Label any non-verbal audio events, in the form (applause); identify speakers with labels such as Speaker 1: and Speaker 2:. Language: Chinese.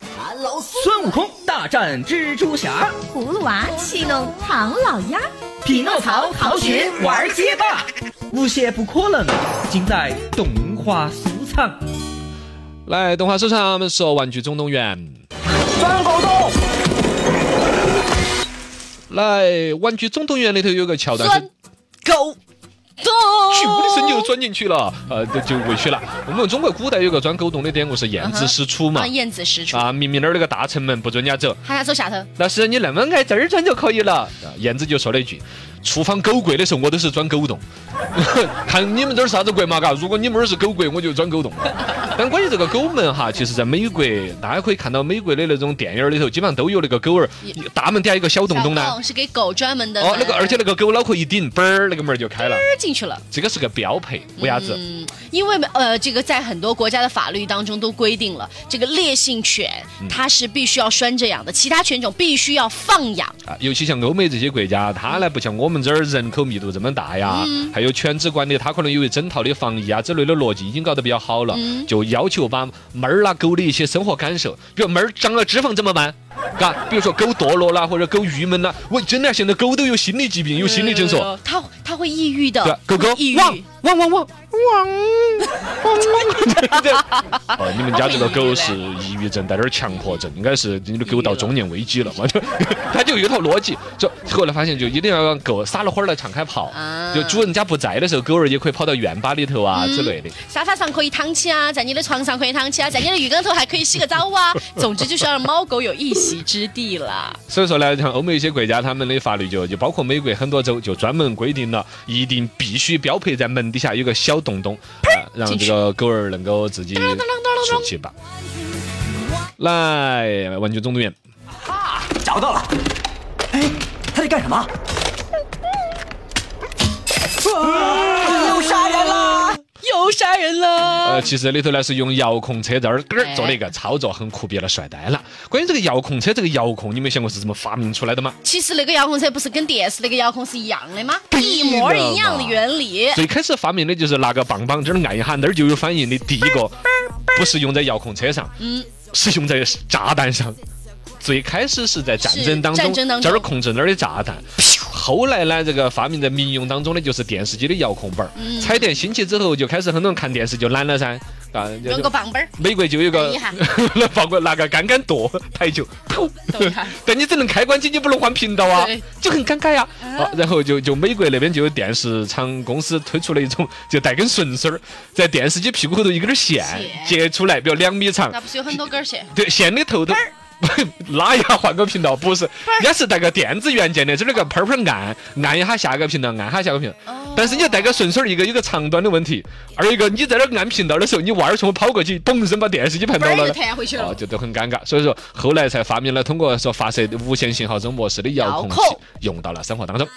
Speaker 1: 老孙。
Speaker 2: 孙悟空大战蜘蛛侠，
Speaker 3: 葫芦娃戏弄唐老鸭，
Speaker 2: 匹诺曹曹群玩街霸，无懈不可能，尽在动画市场。
Speaker 4: 来，动画市场，我们说《玩具总动员》。
Speaker 1: 张狗狗，
Speaker 4: 来，《玩具总动员》里头有个桥段是
Speaker 3: 钻狗洞，
Speaker 4: 咻的声就钻进去了，呃，就就委屈了。我们中国古代有个钻狗洞的典故是燕子使出嘛
Speaker 3: 啊，，燕子使出，
Speaker 4: 啊，明明那儿有个大城门不准人家走，
Speaker 3: 喊他走下头。
Speaker 4: 老师你那么爱这儿钻就可以了。啊燕子就说了一句：“厨房狗柜的时候我都是钻狗洞， (laughs) 看你们这儿啥子柜嘛，嘎，如果你们那儿是狗柜，我就钻狗洞 (laughs) 了。”但关于这个狗门哈，其实在美国大家可以看到美国的那种电影里头，基本上都有那个狗儿大门底下一个小洞洞呢。
Speaker 3: 是给狗专门的门。
Speaker 4: 哦，那个而且那个狗脑壳一顶，嘣儿那个门儿就开了，
Speaker 3: 进去了。
Speaker 4: 这个是个标配，为啥子？
Speaker 3: 嗯，因为呃，这个在很多国家的法律当中都规定了，这个烈性犬
Speaker 4: 嗯
Speaker 3: 它是必须要拴着养的，其他犬种必须要放养。
Speaker 4: 啊，尤其像欧美这些国家，它呢不像我们这儿人口密度这么大呀，还有犬只管理，它可能有一整套的防疫啊之类的逻辑已经搞得比较好了，就要求把猫儿啦狗的一些生活感受，比如猫儿长了脂肪怎么办？嘎，比如说狗堕落啦，或者狗郁闷啦，我真的现在狗都有心理疾病，有心理诊所。
Speaker 3: 呃，它它会抑郁的
Speaker 4: 对，，啊狗狗
Speaker 3: 抑郁。
Speaker 4: 汪汪汪汪汪汪对。哦，你们家这个狗是抑郁症带点儿强迫症，应该是你的狗到中年危机了嘛？就 (laughs) 它就有一套逻辑，就后来发现就一定要让狗撒了欢儿来敞开跑，
Speaker 3: 啊
Speaker 4: 就主人家不在的时候，狗儿也可以跑到院坝里头啊之类的。
Speaker 3: 沙发上可以躺起啊，在你的床上可以躺起啊，在你的浴缸头还可以洗个澡
Speaker 4: (laughs)
Speaker 3: 啊。总之就是要让猫狗有一席之地啦。
Speaker 4: 所以说呢，像欧美一些国家，他们的法律就就包括美国很多州就专门规定了，一定必须标配在门底下有个小洞洞，啊让这个狗儿能够自己出去吧。来，《玩具总动员》
Speaker 1: 找到了。哎，他在干什么？啊又杀人啦！
Speaker 3: 又杀人了。
Speaker 4: 呃，其实里头呢是用遥控车在那儿咯儿
Speaker 3: 嗯哎
Speaker 4: 做了一个操作，很酷毙了，帅呆了。关于这个遥控车，这个遥控，你们想过是怎么发明出来的吗？
Speaker 3: 其实那个遥控车不是跟电视那个遥控是一样的吗？一模一样的原理。
Speaker 4: 最开始发明的就是拿个棒棒这儿按一下，那儿就有反应的第一个，不是用在遥控车上，
Speaker 3: 嗯，
Speaker 4: 是用在炸弹上。最开始是在战争当
Speaker 3: 是
Speaker 4: 中
Speaker 3: 战争，当
Speaker 4: 这
Speaker 3: 中
Speaker 4: 儿控制那儿的炸弹。后来呢，这个发明在民用当中的就是电视机的遥控板儿。
Speaker 3: 嗯
Speaker 4: 彩电兴起之后，就开始很多人看电视就懒了噻，啊，就
Speaker 3: 用个棒棒儿
Speaker 4: 美国就有个
Speaker 3: 厉害，
Speaker 4: (laughs) 那法国拿个杆杆剁台球，噗 (laughs)
Speaker 3: 懂哈
Speaker 4: 但你只能开关机，你不能换频道啊
Speaker 3: 对，嗯
Speaker 4: 就很尴尬呀。啊，然后就就美国那边就有电视厂公司推出了一种，就带根绳绳儿，在电视机屁股后头一根儿线
Speaker 3: 线
Speaker 4: 接出来，比如两米长
Speaker 3: 那，不是有很多根儿线？
Speaker 4: 对，线的头头。 (laughs) 拉一下换个频道，不是，人家是带个电子元件的，这儿那个喷儿喷儿按按一下下个频道，按一下下个频道。但是你要带个顺手儿，一个有个长短的问题，二一个你在那儿按频道的时候，你娃儿从跑过去，嘣一声把电视机盘
Speaker 3: 嘣
Speaker 4: 倒
Speaker 3: 儿
Speaker 4: 了
Speaker 3: 就。弹回去
Speaker 4: 啊，
Speaker 3: 了。
Speaker 4: 就都很尴尬，所以说后来才发明了通过说发射无线信号中模式的遥控器
Speaker 3: 遥控，
Speaker 4: 用到了生活当中。